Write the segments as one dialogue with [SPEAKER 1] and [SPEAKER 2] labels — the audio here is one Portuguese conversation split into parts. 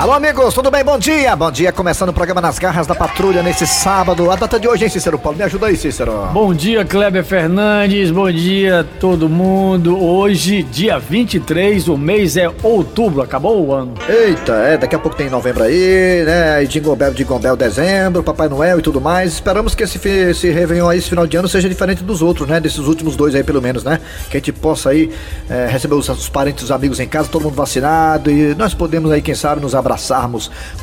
[SPEAKER 1] Alô, amigos, tudo bem? Bom dia. Bom dia, começando o programa Nas Garras da Patrulha nesse sábado. A data de hoje, hein, Cícero Paulo? Me ajuda aí, Cícero.
[SPEAKER 2] Bom dia, Kleber Fernandes. Bom dia, todo mundo. Hoje, dia 23, o mês é outubro. Acabou o ano.
[SPEAKER 1] Eita, é, daqui a pouco tem novembro aí, né? E Jingle Bell, Jingle Bell, dezembro, Papai Noel e tudo mais. Esperamos que esse, fi- esse Réveillon aí, esse final de ano, seja diferente dos outros, né? Desses últimos dois aí, pelo menos, né? Que a gente possa aí é, receber os, os parentes, os amigos em casa, todo mundo vacinado e nós podemos aí, quem sabe, nos abraçarmos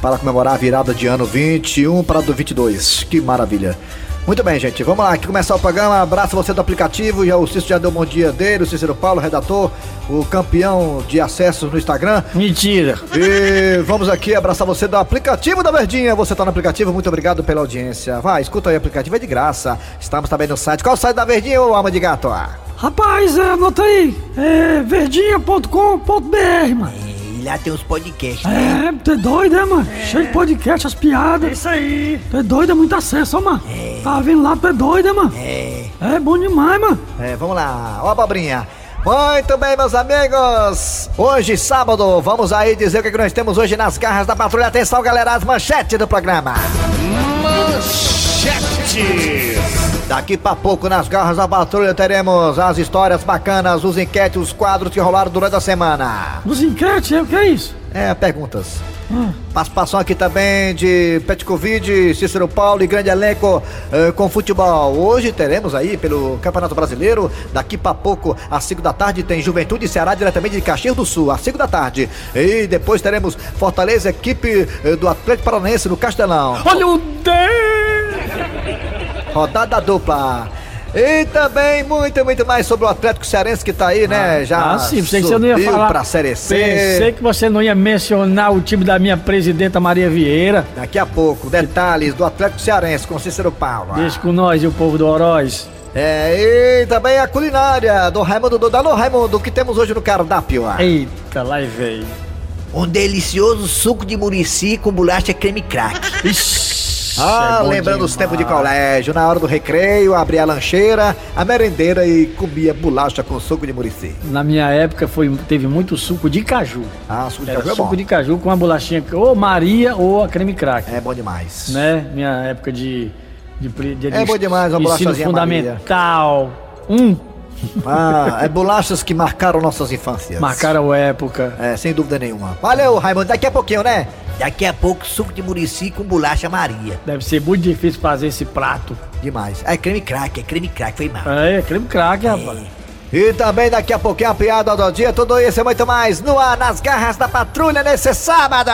[SPEAKER 1] para comemorar a virada de ano 21 para do 22. Que maravilha. Muito bem, gente. Vamos lá, aqui começar o programa. Abraço você do aplicativo. Já o Cícero já deu um bom dia dele, o Cícero Paulo, redator, o campeão de acessos no Instagram.
[SPEAKER 2] Mentira.
[SPEAKER 1] E vamos aqui abraçar você do aplicativo da Verdinha. Você tá no aplicativo, muito obrigado pela audiência. Vai, escuta aí, o aplicativo é de graça. Estamos também no site. Qual o site da Verdinha, ô alma de gato? Ah,
[SPEAKER 2] Rapaz, é, anota aí. É verdinha.com.br, mano.
[SPEAKER 3] E lá tem os podcasts.
[SPEAKER 2] É, tu é doido, né, mano? Cheio de podcast, as piadas. É isso aí. Tu é doido, é muito acesso, ó, mano. Tá vendo lá, tu é doido, né, mano?
[SPEAKER 3] É.
[SPEAKER 2] É bom demais, mano.
[SPEAKER 1] É, vamos lá, ó a abobrinha. Muito bem, meus amigos. Hoje, sábado, vamos aí dizer o que, que nós temos hoje nas garras da patrulha. Atenção, galera, as manchetes do programa. Daqui pra pouco, nas garras da patrulha, teremos as histórias bacanas, os enquetes, os quadros que rolaram durante a semana.
[SPEAKER 2] Nos enquete, é, o que é isso?
[SPEAKER 1] É, perguntas.
[SPEAKER 2] Hum.
[SPEAKER 1] Participação aqui também de Pet Covid, Cícero Paulo e grande elenco eh, com futebol. Hoje teremos aí pelo Campeonato Brasileiro, daqui pra pouco, às 5 da tarde, tem Juventude e Ceará diretamente de Caxias do Sul, às 5 da tarde. E depois teremos Fortaleza, equipe eh, do Atlético Paranaense no Castelão.
[SPEAKER 2] Olha o Deus!
[SPEAKER 1] Rodada dupla. E também muito, muito mais sobre o Atlético Cearense que tá aí, né? Já
[SPEAKER 2] Ah, sim, pensei que você não ia
[SPEAKER 1] subiu
[SPEAKER 2] falar.
[SPEAKER 1] pra Série C.
[SPEAKER 2] Pensei que você não ia mencionar o time da minha presidenta Maria Vieira.
[SPEAKER 1] Daqui a pouco, detalhes do Atlético Cearense com Cícero Paulo.
[SPEAKER 2] Deixa com nós e o povo do Oroz.
[SPEAKER 1] É, e também a culinária do Raimundo Dodá. Alô, Raimundo, o que temos hoje no cardápio? ah?
[SPEAKER 2] Eita, lá veio.
[SPEAKER 3] Um delicioso suco de murici com bolacha creme crack.
[SPEAKER 2] Ixi,
[SPEAKER 1] Ah,
[SPEAKER 2] é bom
[SPEAKER 1] lembrando os tempos de
[SPEAKER 2] demais.
[SPEAKER 1] colégio, na hora do recreio, abria a lancheira, a merendeira e comia bolacha com suco de murici.
[SPEAKER 2] Na minha época foi, teve muito suco de caju.
[SPEAKER 1] Ah, suco de
[SPEAKER 2] Era
[SPEAKER 1] caju é
[SPEAKER 2] suco
[SPEAKER 1] bom.
[SPEAKER 2] de caju com uma bolachinha, ou Maria ou a creme crack.
[SPEAKER 1] É bom demais.
[SPEAKER 2] Né? Minha época de. de, pre- de-
[SPEAKER 1] É
[SPEAKER 2] de
[SPEAKER 1] bom demais uma
[SPEAKER 2] ensino
[SPEAKER 1] bolachazinha é
[SPEAKER 2] fundamental. Um,
[SPEAKER 1] Ah, é bolachas que marcaram nossas infâncias.
[SPEAKER 2] marcaram a época.
[SPEAKER 1] É, sem dúvida nenhuma. Valeu, Raimundo, daqui a pouquinho, né?
[SPEAKER 3] Daqui a pouco, suco de murici com bolacha Maria.
[SPEAKER 2] Deve ser muito difícil fazer esse prato.
[SPEAKER 1] Demais.
[SPEAKER 3] É creme crack, é creme crack, foi mal.
[SPEAKER 2] É, creme crack, rapaz.
[SPEAKER 1] E também daqui a pouquinho a piada do dia, tudo isso e muito mais no ar, nas garras da patrulha nesse sábado.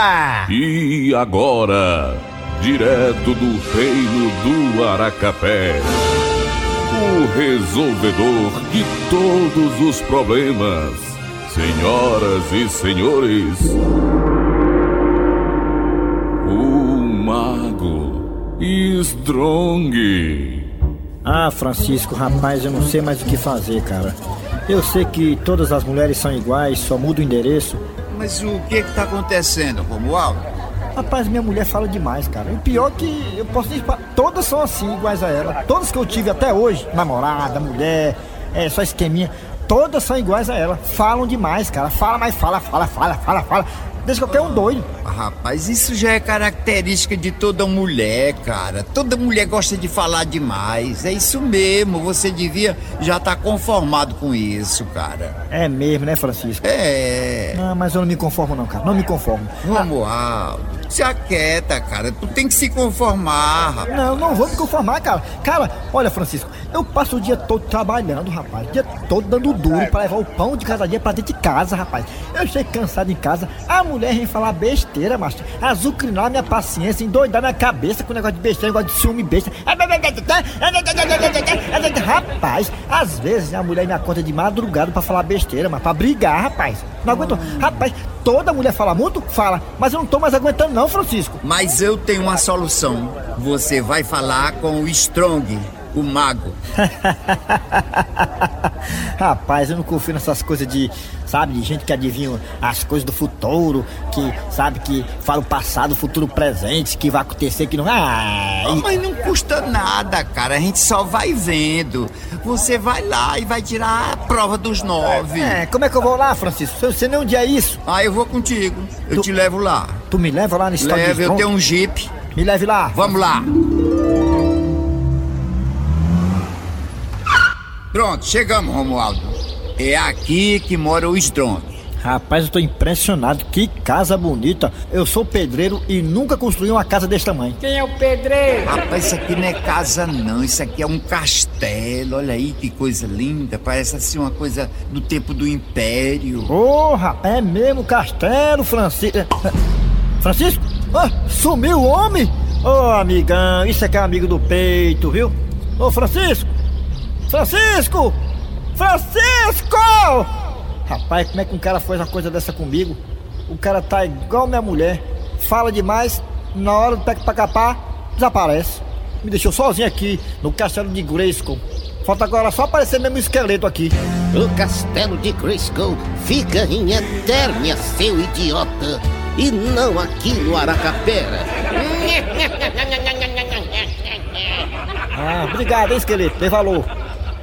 [SPEAKER 4] E agora, direto do reino do Aracapé, o resolvedor de todos os problemas, senhoras e senhores, o Mago Strong.
[SPEAKER 5] Ah, Francisco, rapaz, eu não sei mais o que fazer, cara. Eu sei que todas as mulheres são iguais, só muda o endereço.
[SPEAKER 6] Mas o que que tá acontecendo, Romualdo?
[SPEAKER 5] Rapaz, minha mulher fala demais, cara. E pior que eu posso dizer, todas são assim, iguais a ela. Todas que eu tive até hoje, namorada, mulher, é só esqueminha, todas são iguais a ela. Falam demais, cara. Fala, mas fala, fala, fala, fala, fala. Deixa qualquer um doido.
[SPEAKER 6] Rapaz, isso já é característica de toda mulher, cara. Toda mulher gosta de falar demais. É isso mesmo, você devia já estar conformado com isso, cara.
[SPEAKER 5] É mesmo, né, Francisco?
[SPEAKER 6] É,
[SPEAKER 5] Não, mas eu não me conformo não, cara. Não me conformo.
[SPEAKER 6] Romualdo, se aquieta, cara. Tu tem que se conformar, rapaz.
[SPEAKER 5] Não, não vou me conformar, cara. Cara, olha, Francisco, eu passo o dia todo trabalhando, rapaz. O dia todo dando duro pra levar o pão de cada dia pra dentro de casa, rapaz. Eu chego cansado em casa, a mulher vem falar besteira, macho. Azucrinar minha paciência, endoidar minha cabeça com negócio de besteira, negócio de ciúme besta. Rapaz, às vezes a mulher me acorda de madrugada pra falar besteira, mas pra brigar, rapaz. Não aguento. Rapaz, toda mulher fala muito? Fala. Mas eu não tô mais aguentando, não, Francisco.
[SPEAKER 6] Mas eu tenho uma solução. Você vai falar com o Strong. o mago.
[SPEAKER 5] Rapaz, eu não confio nessas coisas de, sabe, de gente que adivinha as coisas do futuro, que sabe que fala o passado, o futuro presente, que vai acontecer, que não. Ah,
[SPEAKER 6] Ah, Mas não custa nada, cara. A gente só vai vendo. Você vai lá e vai tirar a prova dos nove.
[SPEAKER 5] é, como é que eu vou lá, Francisco? Se você não um dia é isso,
[SPEAKER 6] Aí eu vou contigo. Eu
[SPEAKER 5] Tu-
[SPEAKER 6] te levo lá.
[SPEAKER 5] tu me leva lá no estádio.
[SPEAKER 6] Leva,
[SPEAKER 5] de
[SPEAKER 6] eu
[SPEAKER 5] João?
[SPEAKER 6] tenho um jipe.
[SPEAKER 5] Me leve lá.
[SPEAKER 6] Vamos lá. Pronto, chegamos, Romualdo. É aqui que mora o Strong.
[SPEAKER 5] Rapaz, eu tô impressionado. Que casa bonita. Eu sou pedreiro e nunca construí uma casa desse tamanho.
[SPEAKER 7] Quem é o pedreiro?
[SPEAKER 6] Rapaz, isso aqui não é casa não, isso aqui é um castelo. Olha aí que coisa linda, parece assim uma coisa do tempo do império.
[SPEAKER 5] Ô, rapaz, é mesmo castelo, Francisco. Francisco? Ah, sumiu o homem? Ô, amigão, isso aqui é amigo do peito, viu? Ô, Francisco! Francisco! Francisco! Rapaz, como é que um cara faz uma coisa dessa comigo? O cara tá igual minha mulher, fala demais, na hora do pega pra capar, desaparece. Me deixou sozinho aqui, no castelo de Grayskull. Falta agora só aparecer mesmo um esqueleto aqui.
[SPEAKER 8] O castelo de Grayskull fica em Eternia, seu idiota! E não aqui no Aracapera!
[SPEAKER 5] Ah, obrigado, hein, esqueleto? Tem valor.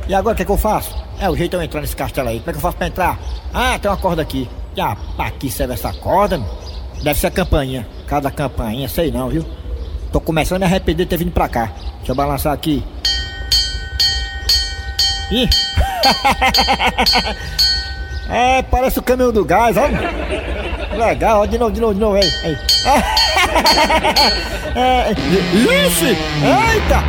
[SPEAKER 5] E agora o que, é que eu faço? É, o jeito é eu entrar nesse castelo aí. Como é que eu faço pra entrar? Ah, tem uma corda aqui. Ah, pra que serve essa corda? meu? Deve ser a campainha. Cada campainha, sei não, viu? Tô começando a me arrepender de ter vindo pra cá. Deixa eu balançar aqui. Ih! é, parece o caminhão do gás, ó. Legal, ó, de novo, de novo, de novo, aí. aí. É, ixi! Eita!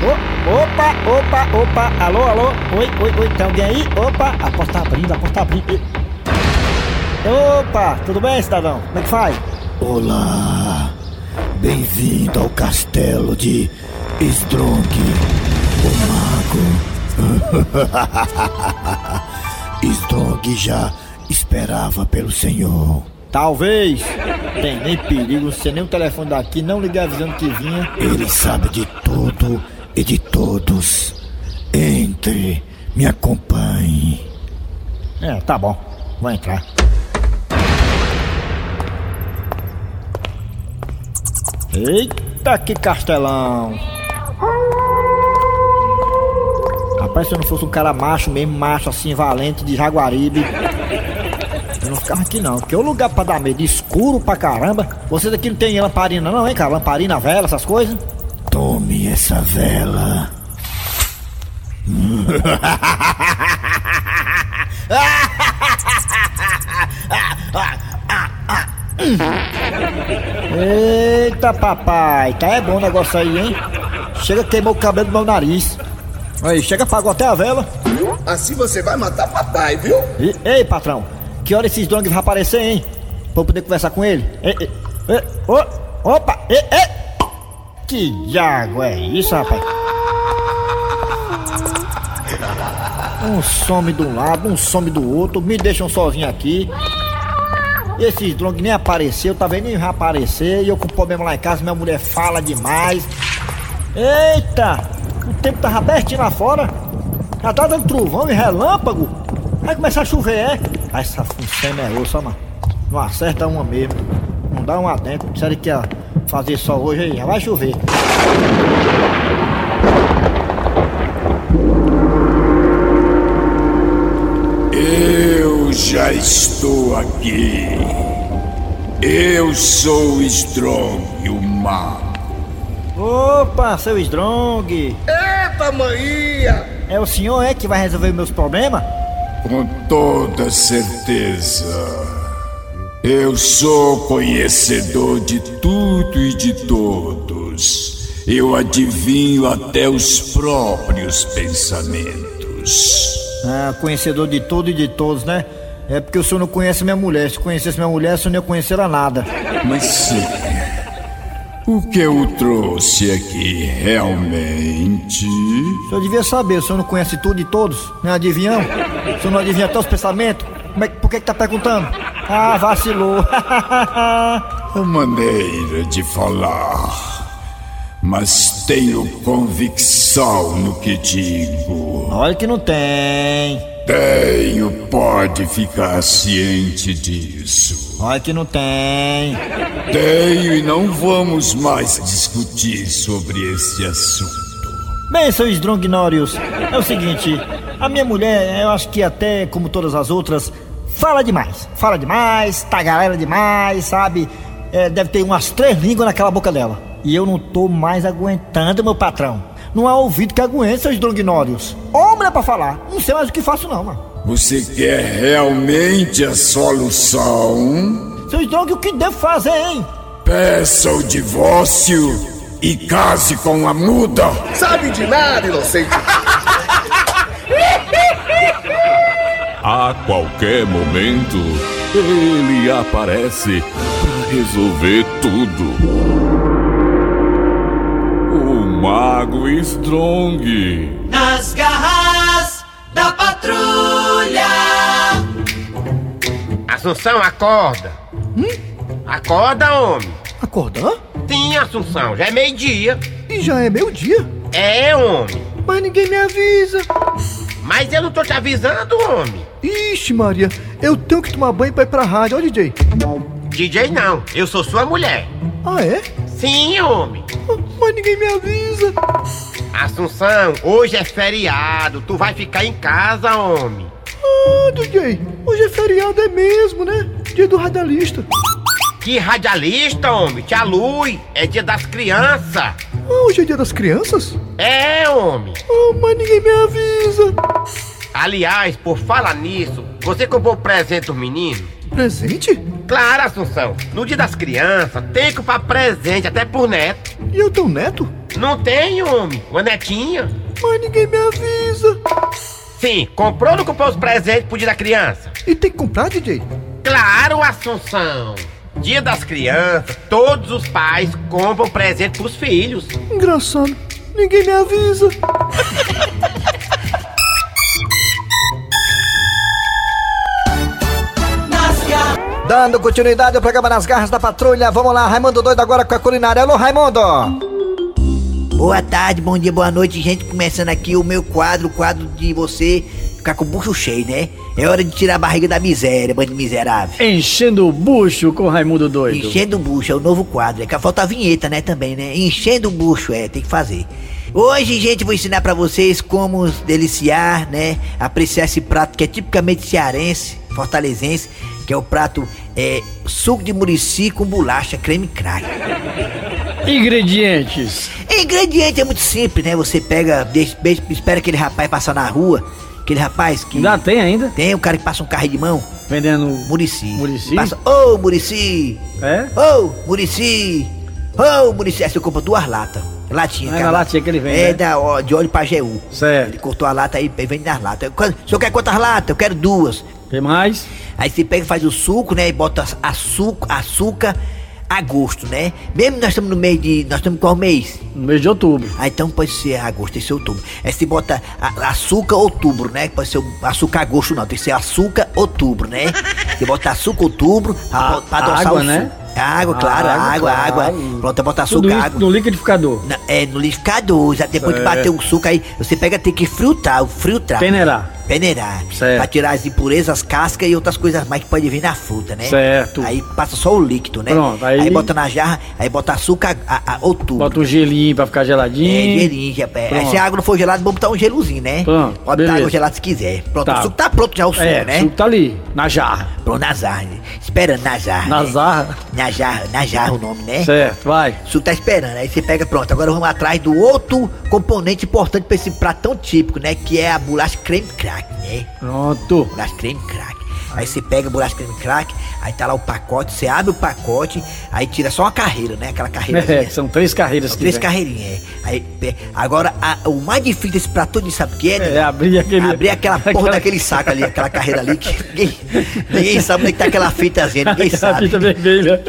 [SPEAKER 5] Ô, opa, opa, opa, alô, alô, oi, oi, oi, tem alguém aí? Opa, a porta tá abrindo, a porta tá abrindo. Ih. Opa, tudo bem, cidadão? Como é que faz?
[SPEAKER 9] Olá, bem-vindo ao castelo de Strong, o mago. Strong já esperava pelo senhor.
[SPEAKER 5] Talvez. Tem nem perigo, não sei nem o telefone daqui, não liguei avisando que vinha.
[SPEAKER 9] Ele sabe de tudo e de todos. Entre, me acompanhe.
[SPEAKER 5] É, tá bom, vou entrar. Eita, que castelão! Rapaz, se eu não fosse um cara macho mesmo, macho assim, valente, de Jaguaribe, eu não ficava aqui não, que é o lugar pra dar medo, escuro pra caramba. Vocês aqui não tem lamparina não, hein, cara? Lamparina, vela, essas coisas?
[SPEAKER 9] Tome essa vela.
[SPEAKER 5] Eita, papai, tá é bom o negócio aí, hein? Chega queimou o cabelo do meu nariz. Aí, chega apagou até a vela.
[SPEAKER 10] Assim você vai matar papai, viu?
[SPEAKER 5] E- ei, patrão, que hora esses drones vão aparecer, hein? Pra eu poder conversar com ele? Ei, ei, ei, ô, opa, ei, ei! Que diabo é isso, rapaz? Um some de um lado, um some do outro, me deixam sozinho aqui. Esses drones nem apareceu, talvez nem vai aparecer, e eu com problema lá em casa, minha mulher fala demais. Eita! O tempo tava abertinho lá fora. Já tá dando trovão e relâmpago. Vai começar a chover, é? Ah, essa função é osso, mano. Não acerta uma mesmo. Não dá uma dentro. Sério que ia fazer só hoje aí? Já vai chover.
[SPEAKER 10] Eu já estou aqui. Eu sou Strong, o mago.
[SPEAKER 5] Opa, seu Strong!
[SPEAKER 10] Eita, Maria!
[SPEAKER 5] É o senhor é que vai resolver meus problemas?
[SPEAKER 10] Com toda certeza. Eu sou conhecedor de tudo e de todos. Eu adivinho até os próprios pensamentos.
[SPEAKER 5] Ah, conhecedor de tudo e de todos, né? É porque o senhor não conhece minha mulher. Se conhecesse minha mulher, o senhor não ia conhecer ela nada.
[SPEAKER 10] Mas sim, o que eu trouxe aqui realmente
[SPEAKER 5] O senhor devia saber, o senhor não conhece tudo e todos, né? Adivinhão? O senhor não adivinha até os pensamentos? Como é que- por que, que tá perguntando? Ah, vacilou.
[SPEAKER 10] é a maneira de falar. mas tenho convicção no que digo.
[SPEAKER 5] Olha que não tem.
[SPEAKER 10] Tenho, pode ficar ciente disso.
[SPEAKER 5] Olha que não tem.
[SPEAKER 10] Tenho e não vamos mais discutir sobre esse assunto.
[SPEAKER 5] Bem, seu Strongnorius, é o seguinte, a minha mulher, eu acho que até como todas as outras, fala demais. Fala demais, tagarela demais, sabe? É, deve ter umas três línguas naquela boca dela. E eu não tô mais aguentando, meu patrão. Não há ouvido que aguente, seu Strongnorius. Homem é pra falar, não sei mais o que faço não, mano.
[SPEAKER 10] Você quer realmente a solução?
[SPEAKER 5] Seu Strong, o que devo fazer, hein?
[SPEAKER 10] Peça o divórcio e case com a muda.
[SPEAKER 7] Sabe de nada, inocente!
[SPEAKER 4] A qualquer momento, ele aparece para resolver tudo. O Mago Strong.
[SPEAKER 11] Nas garras da patrulha!
[SPEAKER 12] Assunção, acorda!
[SPEAKER 5] Hum?
[SPEAKER 12] Acorda, homem!
[SPEAKER 5] Acordar?
[SPEAKER 12] Sim, Assunção, já é meio-dia.
[SPEAKER 5] E já é meio-dia,
[SPEAKER 12] É, homem!
[SPEAKER 5] mas ninguém me avisa.
[SPEAKER 12] Mas eu não tô te avisando, homem!
[SPEAKER 5] Ixi, Maria, eu tenho que tomar banho pra ir pra rádio, ó, DJ.
[SPEAKER 12] DJ não, eu sou sua mulher.
[SPEAKER 5] Ah, é?
[SPEAKER 12] Sim, homem!
[SPEAKER 5] Mas ninguém me avisa.
[SPEAKER 12] Assunção, hoje é feriado, tu vai ficar em casa, homem!
[SPEAKER 5] Ah, DJ, hoje é feriado, é mesmo, né? Dia do radialista.
[SPEAKER 12] Que radialista, homem! Te alui! É dia das crianças!
[SPEAKER 5] Ah, hoje é dia das crianças?
[SPEAKER 12] É, homem!
[SPEAKER 5] Ah, mas ninguém me avisa.
[SPEAKER 12] Aliás, por falar nisso, você comprou presente do menino?
[SPEAKER 5] Presente?
[SPEAKER 12] Claro, Assunção. No dia das crianças, tem que comprar presente até por neto.
[SPEAKER 5] E eu tenho um neto?
[SPEAKER 12] Não tem, homem. Uma netinha.
[SPEAKER 5] Mas ninguém me avisa.
[SPEAKER 12] Sim, comprou ou não comprou os presentes pro dia da criança?
[SPEAKER 5] E tem que comprar, DJ?
[SPEAKER 12] Claro, Assunção. Dia das crianças, todos os pais compram um presente pros filhos.
[SPEAKER 5] Engraçado, ninguém me avisa.
[SPEAKER 11] Nas garras.
[SPEAKER 1] Dando continuidade ao programa Nas Garras da Patrulha, vamos lá, Raimundo Doido agora com a culinária. Alô, Raimundo!
[SPEAKER 3] Boa tarde, bom dia, boa noite, gente. Começando aqui o meu quadro, o quadro de você ficar com o bucho cheio, né? É hora de tirar a barriga da miséria, bando de miserável.
[SPEAKER 2] Enchendo o bucho com Raimundo Doido.
[SPEAKER 3] Enchendo o bucho, é o novo quadro. É que falta a vinheta, né, também, né? Enchendo o bucho, é, tem que fazer. Hoje, gente, vou ensinar pra vocês como deliciar, né? Apreciar esse prato que é tipicamente cearense, fortalezense, que é o prato é, suco de murici com bolacha, creme crack.
[SPEAKER 2] Ingredientes.
[SPEAKER 3] Ingrediente é muito simples, né? Você pega, deixa- deixa- espera aquele rapaz passar na rua, aquele rapaz que.
[SPEAKER 2] Ainda tem ainda?
[SPEAKER 3] Tem o cara que passa um carro de mão,
[SPEAKER 2] Vendendo.
[SPEAKER 3] Murici.
[SPEAKER 2] Murici?
[SPEAKER 3] Passa, ô Murici!
[SPEAKER 2] É?
[SPEAKER 3] Ô Murici! Ô Murici! é Aí você compra duas latas. Latinha,
[SPEAKER 2] É
[SPEAKER 3] aquela
[SPEAKER 2] na latinha que ele vende,
[SPEAKER 3] É,
[SPEAKER 2] né?
[SPEAKER 3] da, ó, de óleo pra GU.
[SPEAKER 2] Certo.
[SPEAKER 3] Ele cortou a lata aí, vende nas latas. Quando- O senhor quer quantas latas? Eu quero duas.
[SPEAKER 2] Tem mais?
[SPEAKER 3] Aí você pega e faz o suco, né? E bota açúcar, açúcar a gosto, né? Mesmo nós estamos no mês de. Nós estamos qual mês?
[SPEAKER 2] No mês de outubro.
[SPEAKER 3] Ah, então pode ser agosto, tem que ser outubro. Aí você bota a- açúcar outubro, né? Pode ser o- açúcar agosto, não. Tem que ser açúcar outubro, né? Você bota açúcar outubro pra,
[SPEAKER 2] A-
[SPEAKER 3] pra
[SPEAKER 2] a
[SPEAKER 3] adoçar
[SPEAKER 2] água,
[SPEAKER 3] o
[SPEAKER 2] né?
[SPEAKER 3] suco. A Água, claro, a
[SPEAKER 2] A água,
[SPEAKER 3] água, a água.
[SPEAKER 2] claro.
[SPEAKER 3] Pronto, aí bota
[SPEAKER 2] Tudo
[SPEAKER 3] açúcar,
[SPEAKER 2] isso
[SPEAKER 3] água.
[SPEAKER 2] no liquidificador.
[SPEAKER 3] Na- é, no liquidificador. já Depois de bater o suco aí, você pega, tem que filtrar, filtrar.
[SPEAKER 2] Peneirar.
[SPEAKER 3] Peneirar.
[SPEAKER 2] Certo.
[SPEAKER 3] Pra tirar as impurezas, as cascas e outras coisas mais que pode vir na fruta, né?
[SPEAKER 2] Certo.
[SPEAKER 3] Aí passa só o líquido, né?
[SPEAKER 2] Pronto, aí-
[SPEAKER 3] bota na jarra, aí bota açúcar a, a- outubro.
[SPEAKER 2] Bota um gelinho pra ficar geladinho.
[SPEAKER 3] É, gelinho, já é. Aí
[SPEAKER 2] Pronto.
[SPEAKER 3] se a água não for gelada, vamos botar um gelozinho, né?
[SPEAKER 2] Pronto,
[SPEAKER 3] Pode botar
[SPEAKER 2] beleza.
[SPEAKER 3] água gelada se quiser. Pronto,
[SPEAKER 2] Tá.
[SPEAKER 3] o suco tá pronto já, o suco,
[SPEAKER 2] É,
[SPEAKER 3] né?
[SPEAKER 2] o suco tá ali, na jarra.
[SPEAKER 3] Pronto, na jarra. Esperando na jarra.
[SPEAKER 2] Na
[SPEAKER 3] né?
[SPEAKER 2] jarra.
[SPEAKER 3] Na jarra, na jarra o nome, né?
[SPEAKER 2] Certo, vai.
[SPEAKER 3] O suco tá esperando, aí você pega, pronto. Agora vamos atrás do outro componente importante pra esse prato tão típico, né? Que é a bolacha creme crack, né?
[SPEAKER 2] Pronto.
[SPEAKER 3] bolacha creme crack. Aí você pega a bolacha creme crack, aí tá lá o pacote, você abre o pacote, aí tira só uma carreira, né? Aquela carreira.
[SPEAKER 2] É, são três carreiras que
[SPEAKER 3] Três
[SPEAKER 2] vem.
[SPEAKER 3] carreirinhas, é. Aí, pe- agora, a- o mais difícil desse prato todo, sabe o que é? né?
[SPEAKER 2] É, abrir aquele-
[SPEAKER 3] Abrir aquela porra
[SPEAKER 2] aquela-
[SPEAKER 3] daquele saco ali, aquela carreira ali, que ninguém, ninguém sabe onde é que tá aquela fitazinha, ninguém
[SPEAKER 2] Aquela
[SPEAKER 3] sabe.
[SPEAKER 2] fita vermelha.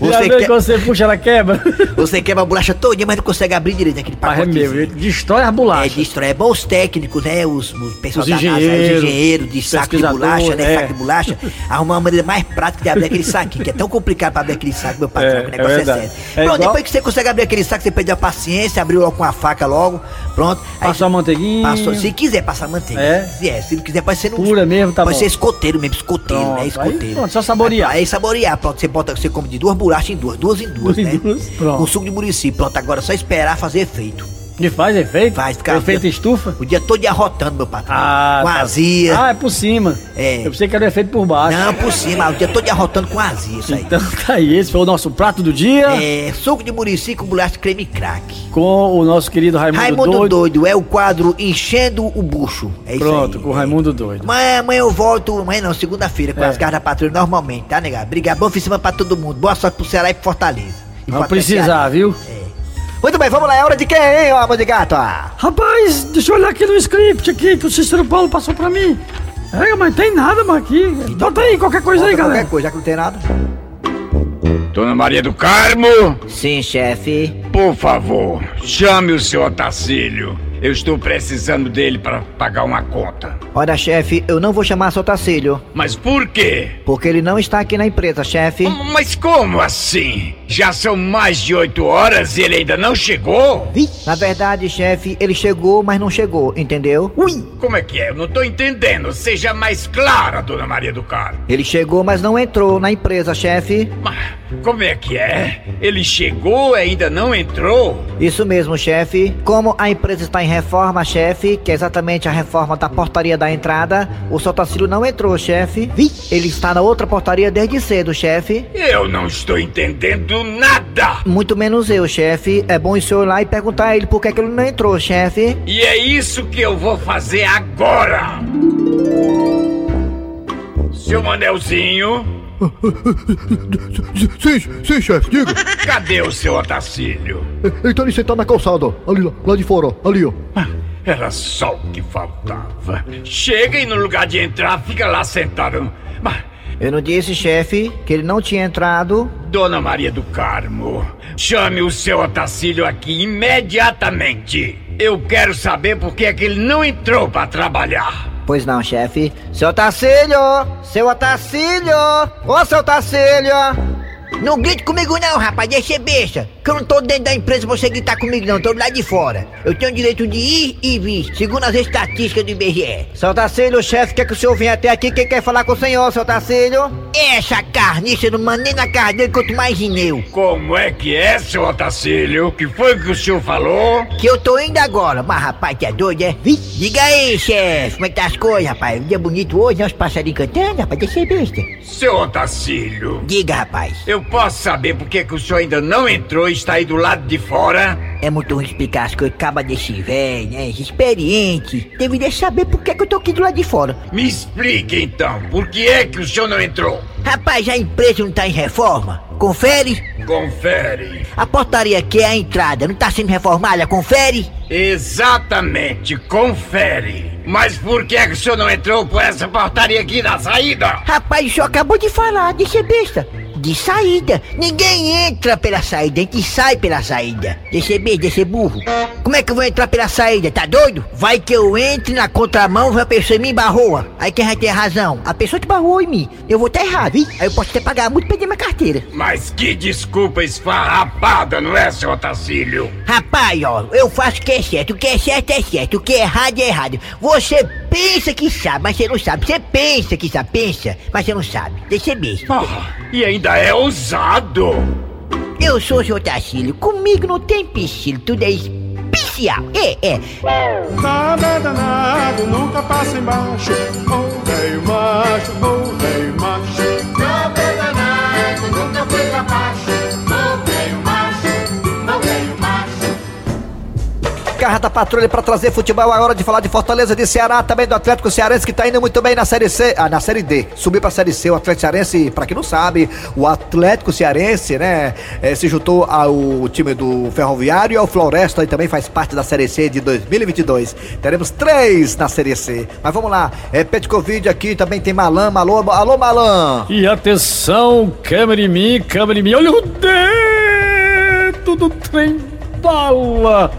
[SPEAKER 3] Você
[SPEAKER 2] e a vez
[SPEAKER 3] quer-
[SPEAKER 2] que você puxa, ela quebra.
[SPEAKER 3] Você quebra a bolacha todinha, mas não consegue abrir direito aquele
[SPEAKER 2] Mas é meu, ele
[SPEAKER 3] pacote.
[SPEAKER 2] destrói as
[SPEAKER 3] É,
[SPEAKER 2] bolachas.
[SPEAKER 3] destrói. É bom os técnicos, né? Os, os pessoal
[SPEAKER 2] Os
[SPEAKER 3] da NASA, os
[SPEAKER 2] engenheiros,
[SPEAKER 3] engenheiros de saco de
[SPEAKER 2] pesquisador,
[SPEAKER 3] bolacha, né?
[SPEAKER 2] é.
[SPEAKER 3] Saco de bolacha, arrumar uma maneira mais prática de abrir aquele saquinho, que é tão complicado pra abrir aquele saco, meu patrão,
[SPEAKER 2] É,
[SPEAKER 3] que o negócio
[SPEAKER 2] é
[SPEAKER 3] é,
[SPEAKER 2] verdade.
[SPEAKER 3] sério.
[SPEAKER 2] É
[SPEAKER 3] Pronto,
[SPEAKER 2] igual-
[SPEAKER 3] depois que você consegue abrir aquele saco, você perdeu a paciência, abriu logo com a faca logo, pronto. Passou
[SPEAKER 2] a manteiguinha.
[SPEAKER 3] Passou, se quiser passar manteiga.
[SPEAKER 2] É?
[SPEAKER 3] Se quiser, se não quiser, pode ser no.
[SPEAKER 2] Pura mesmo, tá
[SPEAKER 3] Pode
[SPEAKER 2] bom.
[SPEAKER 3] ser escoteiro mesmo, escoteiro,
[SPEAKER 2] Pronto,
[SPEAKER 3] né?
[SPEAKER 2] aí
[SPEAKER 3] Escoteiro.
[SPEAKER 2] pronto, só saborear.
[SPEAKER 3] Aí, saborear, pronto. Você bota, você come de duas bolachas em duas, duas em duas,
[SPEAKER 2] Duas em
[SPEAKER 3] né?
[SPEAKER 2] duas, pronto.
[SPEAKER 3] Com suco de murici, pronto. Agora é só esperar fazer efeito.
[SPEAKER 2] E faz efeito?
[SPEAKER 3] Faz, ficar
[SPEAKER 2] Efeito estufa?
[SPEAKER 3] O dia todo arrotando, meu patrão.
[SPEAKER 2] Ah,
[SPEAKER 3] com
[SPEAKER 2] tá.
[SPEAKER 3] azia.
[SPEAKER 2] Ah, é por cima.
[SPEAKER 3] É.
[SPEAKER 2] Eu pensei que era o efeito por baixo.
[SPEAKER 3] Não, por cima, o dia todo arrotando com azia, isso aí.
[SPEAKER 2] Então tá aí, esse foi o nosso prato do dia
[SPEAKER 3] É, suco de murici com bolacha de creme crack.
[SPEAKER 2] com o nosso querido Raimundo,
[SPEAKER 3] Raimundo doido.
[SPEAKER 2] Doido.
[SPEAKER 3] é o quadro Enchendo o Bucho. É isso aí.
[SPEAKER 2] Pronto, com o Raimundo Doido.
[SPEAKER 3] Amanhã, amanhã eu volto, amanhã não, segunda-feira, com
[SPEAKER 2] É.
[SPEAKER 3] as garras da patrulha normalmente, tá, negado? Obrigado, bom fim de semana pra todo mundo. Boa sorte pro Ceará e pro Fortaleza. E pro
[SPEAKER 2] Vai
[SPEAKER 3] até
[SPEAKER 2] precisar,
[SPEAKER 3] Ceará.
[SPEAKER 2] viu?
[SPEAKER 3] Muito bem, vamos lá, é hora de quem, hein, ô amor de gato? Ah.
[SPEAKER 2] Rapaz, deixa eu olhar aqui no script aqui que o Cícero Paulo passou pra mim. É, mas tem nada, mas aqui. Bota aí qualquer coisa
[SPEAKER 3] Então Bota
[SPEAKER 2] aí, galera.
[SPEAKER 3] Qualquer coisa, já que não tem nada.
[SPEAKER 13] Dona Maria do Carmo,
[SPEAKER 3] Sim, chefe.
[SPEAKER 13] por favor, chame o seu Otacílio. Eu estou precisando dele para pagar uma conta.
[SPEAKER 14] Olha, chefe, eu não vou chamar seu Tacílio,
[SPEAKER 13] Mas por quê?
[SPEAKER 14] porque ele não está aqui na empresa, chefe.
[SPEAKER 13] Mas como assim? Já são mais de oito horas e ele ainda não chegou?
[SPEAKER 14] Na verdade, chefe, ele chegou, mas não chegou, entendeu?
[SPEAKER 13] Como é que é? Eu não tô entendendo. Seja mais clara, Dona Maria do Carmo.
[SPEAKER 14] Ele chegou, mas não entrou na empresa, chefe.
[SPEAKER 13] Como é que é? Ele chegou e ainda não entrou?
[SPEAKER 14] Isso mesmo, chefe. Como a empresa está em reforma, chefe, que é exatamente a reforma da portaria da entrada, o seu Tacílio não entrou, chefe. Ele está na outra portaria desde cedo, chefe.
[SPEAKER 13] Eu não estou entendendo nada.
[SPEAKER 14] Muito menos eu, chefe. É bom o senhor ir lá e perguntar a ele por que, é que ele não entrou, chefe.
[SPEAKER 13] E é isso que eu vou fazer agora. Seu Manelzinho,
[SPEAKER 15] Sim, sim, chefe, diga.
[SPEAKER 13] cadê o seu Otacílio?
[SPEAKER 15] Ele tá ali sentado na calçada, ó. ali, ó, lá de fora, ó. ali, ó.
[SPEAKER 13] Era só o que faltava. Chega e no lugar de entrar, fica lá sentado. Mas,
[SPEAKER 14] Eu não disse, chefe, que ele não tinha entrado.
[SPEAKER 13] Dona Maria do Carmo, chame o seu Otacílio aqui imediatamente. Eu quero saber por que é que ele não entrou para trabalhar.
[SPEAKER 14] Pois não, chefe. Seu Tacílio! Seu Tacílio! Ô, seu Tacílio!
[SPEAKER 3] Não grite comigo não, rapaz, deixa ser besta. Que eu não tô dentro da empresa pra você gritar comigo não, tô lá de fora. Eu tenho direito de ir e vir, segundo as estatísticas do IBGE.
[SPEAKER 14] Seu Tacílio, chefe, quer que o senhor venha até aqui? Quem quer falar com o senhor, seu Tacílio?
[SPEAKER 3] Essa carniça não manda nem na cara dele quanto mais em eu.
[SPEAKER 13] Como é que é, seu Otacílio? O que foi que o senhor falou?
[SPEAKER 3] Que eu tô indo agora, mas rapaz, que é doido, é? Diga aí, chefe, como é que tá as coisas, rapaz? Um dia bonito hoje, né? Os passarinhos cantando, rapaz, deixa ser besta.
[SPEAKER 13] Seu Otacílio,
[SPEAKER 3] Diga, rapaz,
[SPEAKER 13] eu posso saber por que é que o senhor ainda não entrou e está aí do lado de fora?
[SPEAKER 3] é muito ruim explicar as coisas, acaba desse velho, né? Experiente. Deveria saber por que, que eu tô aqui do lado de fora.
[SPEAKER 13] Me explique então, por que é que o senhor não entrou?
[SPEAKER 3] Rapaz, a empresa não tá em reforma? Confere?
[SPEAKER 13] Confere.
[SPEAKER 3] A portaria que é a entrada não tá sendo reformada, confere?
[SPEAKER 13] Exatamente, confere. Mas por que é que o senhor não entrou por essa portaria aqui na saída?
[SPEAKER 3] Rapaz, o senhor acabou de falar, de ser besta. De saída. Ninguém entra pela saída, a gente sai pela saída. Deixa besta, deixa burro. Como é que eu vou entrar pela saída, tá doido? Vai que eu entre na contramão, uma pessoa me barroa. Aí quem vai ter razão? A pessoa que barrou em mim. Eu vou estar errado, hein? Aí eu posso até pagar muito e perder minha carteira.
[SPEAKER 13] Mas que desculpa esfarrapada, não é, seu Otacílio?
[SPEAKER 3] Rapaz, ó, eu faço o que é certo, o que é certo é certo, o que é errado é errado. Você pensa que sabe, mas você não sabe. Você pensa que sabe, pensa, mas você não sabe. Deixa mesmo.
[SPEAKER 13] E ainda é ousado.
[SPEAKER 3] Eu sou o seu Tacílio, comigo não tem piscílio, tudo é especial. É, é.
[SPEAKER 16] Nada danado, nunca passa embaixo. Ô velho macho, ô velho macho. Nada danado, nunca foi pra baixo. Ô velho macho, ô velho macho.
[SPEAKER 14] Garra da patrulha pra trazer futebol. É hora de falar de Fortaleza de Ceará, também do Atlético Cearense que tá indo muito bem na Série C. Ah, na Série D.
[SPEAKER 1] Subir pra Série C, o Atlético Cearense, pra quem não sabe, o Atlético Cearense, né, eh, se juntou ao time do Ferroviário e ao Floresta e também faz parte da Série C de 2022. Teremos três na Série C. Mas vamos lá, é Petkovic aqui, também tem Malan, Malô, alô Malan.
[SPEAKER 2] E atenção, câmera em mim, câmera em mim. Olha o dedo do trem bala.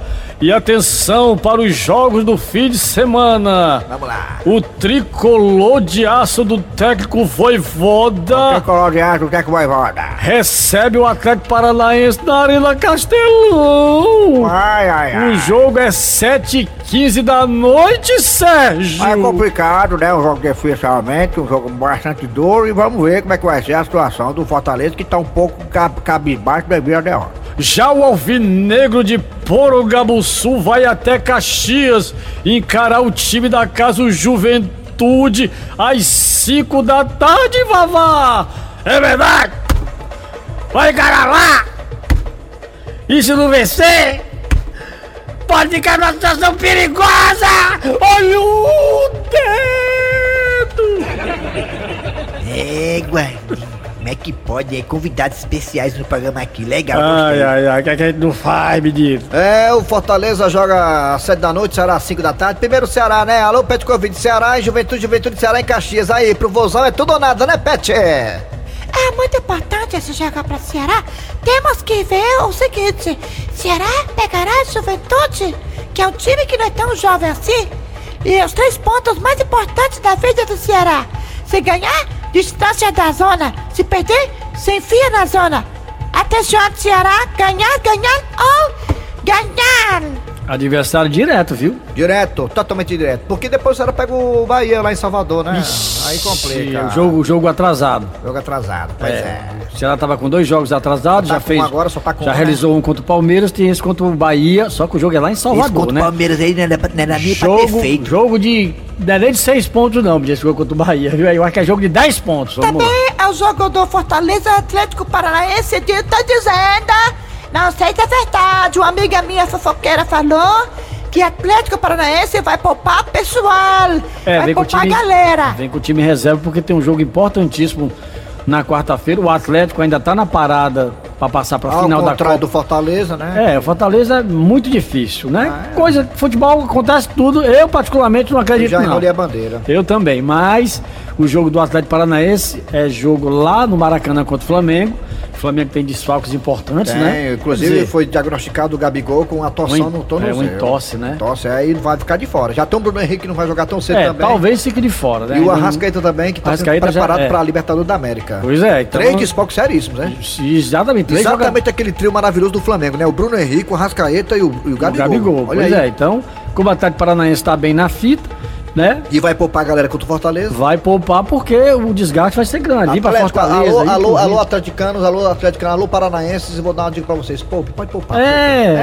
[SPEAKER 2] E atenção para os jogos do fim de semana.
[SPEAKER 3] Vamos lá.
[SPEAKER 2] O tricolor de aço do técnico Voivoda. O
[SPEAKER 3] tricolor de aço do técnico Voivoda.
[SPEAKER 2] Recebe o Atlético Paranaense na Arena Castelão.
[SPEAKER 3] Ai, ai, ai.
[SPEAKER 2] O jogo é 7h15 da noite, Sérgio.
[SPEAKER 3] É complicado, né? Um jogo difícil realmente, um jogo bastante duro. E vamos ver como é que vai ser a situação do Fortaleza, que tá um pouco cab cabisbaixo devido à derrota.
[SPEAKER 2] Já o Alvinegro de Porongabuçu vai até Caxias encarar o time da casa o Juventude às 5 da tarde, Vavá! É verdade! Vai encarar lá! E se não vencer, pode ficar numa situação perigosa! Olha o dedo!
[SPEAKER 3] É, guardinha. Como é que pode? É convidados especiais no programa aqui. Legal.
[SPEAKER 2] Ai, ai, ai. O que, é que a gente não faz, menino?
[SPEAKER 1] É, o Fortaleza joga às 7 da noite, Ceará às 5 da tarde. Primeiro Ceará, né? Alô, Pet Covid. Ceará e Juventude, Juventude, Ceará em Caxias. Aí, pro vozão é tudo ou nada, né, Pet? É.
[SPEAKER 17] É muito importante esse jogo para Ceará. Temos que ver o seguinte: Ceará pegará a Juventude, que é um time que não é tão jovem assim. E os três pontos mais importantes da vida do Ceará. Se ganhar, distância da zona. Se perder, se enfia na zona. Atenção, Ceará, ganhar, ganhar ou ganhar!
[SPEAKER 2] Adversário direto, viu?
[SPEAKER 1] Direto, totalmente direto. É, Porque depois o Ceará pega o Bahia lá em Salvador, né? Aí complica.
[SPEAKER 2] O jogo, jogo atrasado.
[SPEAKER 1] Jogo atrasado, pois é.
[SPEAKER 2] O Ceará tava com dois jogos atrasados,
[SPEAKER 1] Tá
[SPEAKER 2] já
[SPEAKER 1] com
[SPEAKER 2] fez.
[SPEAKER 1] um agora, só tá com
[SPEAKER 2] já
[SPEAKER 1] um,
[SPEAKER 3] né?
[SPEAKER 2] realizou um contra o Palmeiras, tem esse contra o Bahia, só que o jogo é lá em
[SPEAKER 3] Esse
[SPEAKER 2] Salvador,
[SPEAKER 3] contra o
[SPEAKER 2] né?
[SPEAKER 3] Palmeiras aí não era, pra- não era nem pra ter
[SPEAKER 2] Jogo,
[SPEAKER 3] feito.
[SPEAKER 2] jogo de. Não é nem de seis pontos, não, porque esse jogo contra o Bahia, viu? Eu acho que é jogo de 10 pontos. Vamos lá.
[SPEAKER 17] Também é o jogo do Fortaleza Atlético Paranaense de tá dizendo, não sei se é verdade, uma amiga minha fofoqueira falou que Atlético Paranaense vai poupar pessoal,
[SPEAKER 2] É,
[SPEAKER 17] vai
[SPEAKER 2] vem com o
[SPEAKER 17] poupar
[SPEAKER 2] time.
[SPEAKER 17] galera.
[SPEAKER 2] Vem com o time reserva porque tem um jogo importantíssimo na quarta-feira. O Atlético ainda tá na parada pra passar pra
[SPEAKER 1] Ao
[SPEAKER 2] final da
[SPEAKER 1] Ah, contrário
[SPEAKER 2] Copa.
[SPEAKER 1] do Fortaleza, né? Ah, é.
[SPEAKER 2] É, o Fortaleza é muito difícil, né? Coisa, futebol acontece tudo. Eu particularmente não acredito
[SPEAKER 1] já
[SPEAKER 2] não.
[SPEAKER 1] enrolei a bandeira.
[SPEAKER 2] Eu também, mas o jogo do Atlético Paranaense é jogo lá no Maracanã contra o Flamengo. O Flamengo tem desfalques importantes,
[SPEAKER 1] Tem,
[SPEAKER 2] né?
[SPEAKER 1] É, Inclusive
[SPEAKER 2] Quer dizer,
[SPEAKER 1] foi diagnosticado o Gabigol com a torção
[SPEAKER 2] Um en-
[SPEAKER 1] no tornozelo.
[SPEAKER 2] é, um entorse, né?
[SPEAKER 1] Entorse, aí vai ficar de fora. Já tem o Bruno Henrique que não vai jogar tão cedo
[SPEAKER 2] é,
[SPEAKER 1] também.
[SPEAKER 2] talvez fique de fora,
[SPEAKER 1] E
[SPEAKER 2] né?
[SPEAKER 1] o
[SPEAKER 2] Ainda não-
[SPEAKER 1] Arrascaeta também, que tá sendo
[SPEAKER 2] Arrascaeta já-
[SPEAKER 1] preparado
[SPEAKER 2] é.
[SPEAKER 1] pra Libertadores da América.
[SPEAKER 2] Pois é, então-
[SPEAKER 1] Três desfalques seríssimos, né?
[SPEAKER 2] Exatamente. três
[SPEAKER 1] Exatamente
[SPEAKER 2] jogadores-
[SPEAKER 1] aquele trio maravilhoso do Flamengo, né? O Bruno Henrique, o Arrascaeta e o, e o
[SPEAKER 2] O
[SPEAKER 1] Gabigol.
[SPEAKER 2] Gabigol.
[SPEAKER 1] Olha
[SPEAKER 2] pois
[SPEAKER 1] aí.
[SPEAKER 2] é, então, como o Atlético Paranaense está bem na fita, né?
[SPEAKER 1] E vai poupar a galera contra o Fortaleza.
[SPEAKER 2] Vai poupar porque o desgaste vai ser grande. Ir pra
[SPEAKER 1] Atlético,
[SPEAKER 2] Fortaleza,
[SPEAKER 1] alô,
[SPEAKER 2] ir
[SPEAKER 1] alô,
[SPEAKER 2] pro
[SPEAKER 1] alô,
[SPEAKER 2] Rio.
[SPEAKER 1] atleticanos, alô, atleticanos, alô, paranaenses, e vou dar uma dica pra vocês. Poupe, pode poupar.
[SPEAKER 2] É,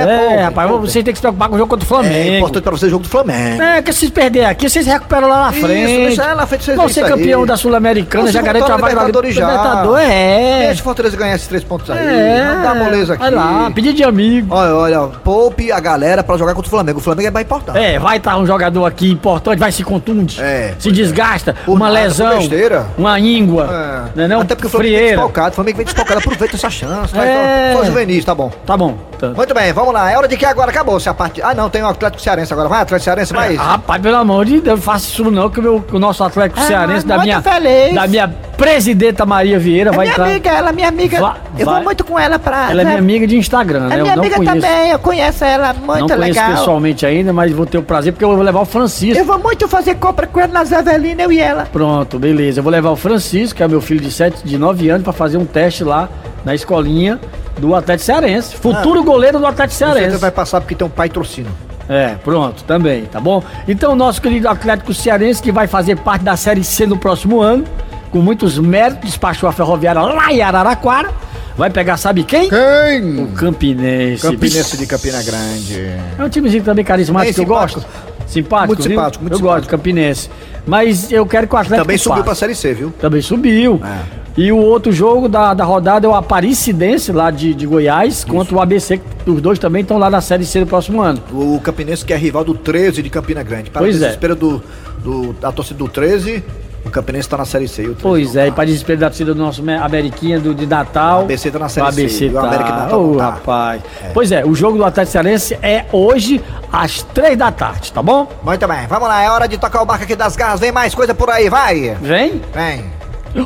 [SPEAKER 1] poupem.
[SPEAKER 2] é,
[SPEAKER 1] poupem,
[SPEAKER 2] rapaz,
[SPEAKER 1] poupem.
[SPEAKER 2] vocês têm que se preocupar com o jogo contra o Flamengo.
[SPEAKER 1] É importante pra vocês o jogo do Flamengo.
[SPEAKER 2] É, que se perder aqui, vocês recuperam lá na
[SPEAKER 1] Isso,
[SPEAKER 2] frente.
[SPEAKER 1] deixa lá na frente, vocês
[SPEAKER 2] Vão
[SPEAKER 1] veem
[SPEAKER 2] ser
[SPEAKER 1] isso aí.
[SPEAKER 2] campeão da Sul-Americana,
[SPEAKER 1] Então,
[SPEAKER 2] já
[SPEAKER 1] se
[SPEAKER 2] garante
[SPEAKER 1] voltar
[SPEAKER 2] a
[SPEAKER 1] no
[SPEAKER 2] vaga na
[SPEAKER 1] Libertadores já.
[SPEAKER 2] Libertador, é.
[SPEAKER 1] Deixa o Fortaleza ganhar esses três pontos aí.
[SPEAKER 2] É,
[SPEAKER 1] Não dá moleza aqui.
[SPEAKER 2] vai lá, pedir de amigo.
[SPEAKER 1] Olha, olha, poupe a galera pra jogar contra o Flamengo. O Flamengo é mais importante.
[SPEAKER 2] É, vai estar um jogador aqui importante, vai se contunde,
[SPEAKER 1] É,
[SPEAKER 2] se desgasta, uma
[SPEAKER 1] nada, por
[SPEAKER 2] lesão,
[SPEAKER 1] besteira.
[SPEAKER 2] uma íngua,
[SPEAKER 1] É.
[SPEAKER 2] né não,
[SPEAKER 1] Até porque o Flamengo vem
[SPEAKER 2] frieira.
[SPEAKER 1] desfalcado. O Flamengo vem desfalcado. Aproveita essa chance. vai,
[SPEAKER 2] É.
[SPEAKER 1] Só, só juvenis, tá bom.
[SPEAKER 2] Tá bom. tá.
[SPEAKER 1] Muito bem, vamos lá. É hora de que agora acabou-se a parte. Ah, não, tem o Atlético Cearense agora. Vai, Atlético Cearense, vai.
[SPEAKER 2] Ah, Rapaz, pelo amor de Deus, não faça isso não, que o, meu- que o nosso Atlético Cearense, da
[SPEAKER 17] Ah, muito
[SPEAKER 2] minha,
[SPEAKER 17] feliz.
[SPEAKER 2] da minha presidenta Maria Vieira,
[SPEAKER 17] É
[SPEAKER 2] vai
[SPEAKER 17] minha
[SPEAKER 2] entrar.
[SPEAKER 17] amiga, ela é minha amiga.
[SPEAKER 2] Vá-
[SPEAKER 17] eu
[SPEAKER 2] vai.
[SPEAKER 17] vou muito com ela pra. né?
[SPEAKER 2] Ela é minha amiga de Instagram,
[SPEAKER 17] É
[SPEAKER 2] né?
[SPEAKER 17] minha
[SPEAKER 2] eu não
[SPEAKER 17] amiga
[SPEAKER 2] conheço.
[SPEAKER 17] também, eu conheço ela, muito
[SPEAKER 2] não conheço
[SPEAKER 17] legal.
[SPEAKER 2] pessoalmente ainda, mas vou ter o prazer, porque eu vou levar o Francisco.
[SPEAKER 17] Eu vou muito fazer compra com ela na Zé Avelina, eu e ela.
[SPEAKER 2] Pronto, beleza. Eu vou levar o Francisco, que é meu filho de 7, de 9 anos, pra fazer um teste lá na escolinha do Atlético Cearense. Futuro goleiro do Atlético
[SPEAKER 1] Ah. Você
[SPEAKER 2] Cearense.
[SPEAKER 1] vai passar porque tem um pai trocino.
[SPEAKER 2] É, pronto, também, tá bom? Então, o nosso querido Atlético Cearense, que vai fazer parte da Série C no próximo ano, com muitos méritos, despachou a ferroviária lá em Araraquara. Vai pegar, sabe quem?
[SPEAKER 1] Quem?
[SPEAKER 2] O Campinense.
[SPEAKER 1] Campinense de Campina Grande.
[SPEAKER 2] É um timezinho também carismático
[SPEAKER 1] Bem
[SPEAKER 2] que eu
[SPEAKER 1] simpático.
[SPEAKER 2] gosto. Simpático,
[SPEAKER 1] Muito
[SPEAKER 2] viu?
[SPEAKER 1] simpático, muito
[SPEAKER 2] Eu gosto do Campinense. Mas eu quero que o Atlético
[SPEAKER 1] Também subiu
[SPEAKER 2] passe.
[SPEAKER 1] pra Série C, viu?
[SPEAKER 2] Também subiu.
[SPEAKER 1] É.
[SPEAKER 2] E o outro jogo da, da rodada é o Aparecidense, lá de, de Goiás, contra o ABC. que Os dois também estão lá na Série C do próximo ano.
[SPEAKER 1] O Campinense que é rival do 13 de Campina Grande. Para
[SPEAKER 2] Pois
[SPEAKER 1] o
[SPEAKER 2] é.
[SPEAKER 1] desespero do, do- da torcida do 13, o Campinense tá na Série C. e O 13
[SPEAKER 2] Pois
[SPEAKER 1] não
[SPEAKER 2] é, e
[SPEAKER 1] tá.
[SPEAKER 2] pra desespero da torcida do nosso Me- Ameriquinha do, de Natal.
[SPEAKER 1] ABC tá na Série
[SPEAKER 2] o
[SPEAKER 1] C,
[SPEAKER 2] ABC
[SPEAKER 1] e o
[SPEAKER 2] tá.
[SPEAKER 1] América de Natal
[SPEAKER 2] Ô,
[SPEAKER 1] não tá.
[SPEAKER 2] rapaz. Pois é, o jogo do Atlético Cearense é hoje às três da tarde, tá bom?
[SPEAKER 1] Muito bem, vamos lá, é hora de tocar o barco aqui das garras. Vem mais coisa por aí, vai!
[SPEAKER 2] Vem?
[SPEAKER 1] Vem.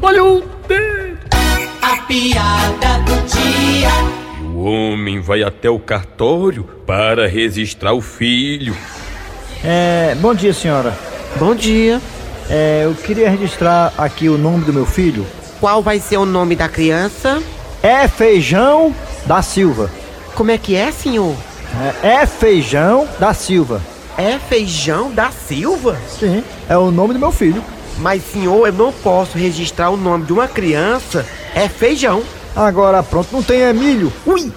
[SPEAKER 2] Olha o...
[SPEAKER 11] A piada do dia.
[SPEAKER 4] O O homem vai até o cartório para registrar o filho.
[SPEAKER 5] É, bom dia, senhora.
[SPEAKER 12] Bom dia.
[SPEAKER 5] É, eu queria registrar aqui o nome do meu filho.
[SPEAKER 12] Qual vai ser o nome da criança?
[SPEAKER 5] É Feijão da Silva.
[SPEAKER 12] Como é que é, senhor?
[SPEAKER 5] É, é Feijão da Silva.
[SPEAKER 12] É Feijão da Silva?
[SPEAKER 5] Sim, é o nome do meu filho.
[SPEAKER 12] Mas, senhor, eu não posso registrar o nome de uma criança. É Feijão.
[SPEAKER 5] Agora pronto, não tem é milho.
[SPEAKER 12] Ui!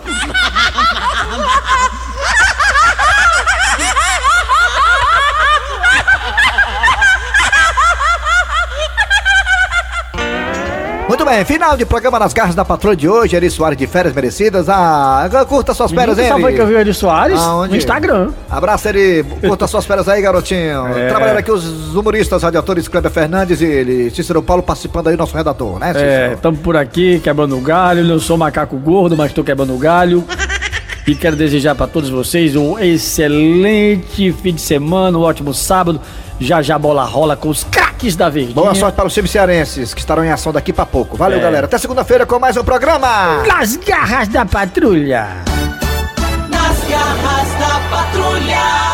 [SPEAKER 1] Muito bem, final de programa nas garras da patroa de hoje, Eri Soares de férias merecidas. Ah, curta suas férias, hein?
[SPEAKER 2] Sabe foi que eu vi o Eri Soares?
[SPEAKER 1] Aonde?
[SPEAKER 2] No Instagram.
[SPEAKER 1] Abraço, Eri. Curta suas férias aí, garotinho.
[SPEAKER 2] É.
[SPEAKER 1] Trabalhando aqui os humoristas, radiatores Kleber Fernandes e ele, Cícero Paulo participando aí, nosso redator, né,
[SPEAKER 2] É,
[SPEAKER 1] Cícero?
[SPEAKER 2] estamos por aqui quebrando o galho. Eu sou macaco gordo, mas estou quebrando o galho. E quero desejar para todos vocês um excelente fim de semana, um ótimo sábado. Já já a bola rola com os craques da verdinha.
[SPEAKER 1] Boa sorte para os times cearenses que estarão em ação daqui pra pouco. Valeu,
[SPEAKER 2] É.
[SPEAKER 1] galera. Até segunda-feira com mais um programa.
[SPEAKER 2] Nas garras da patrulha.
[SPEAKER 16] Nas garras da patrulha.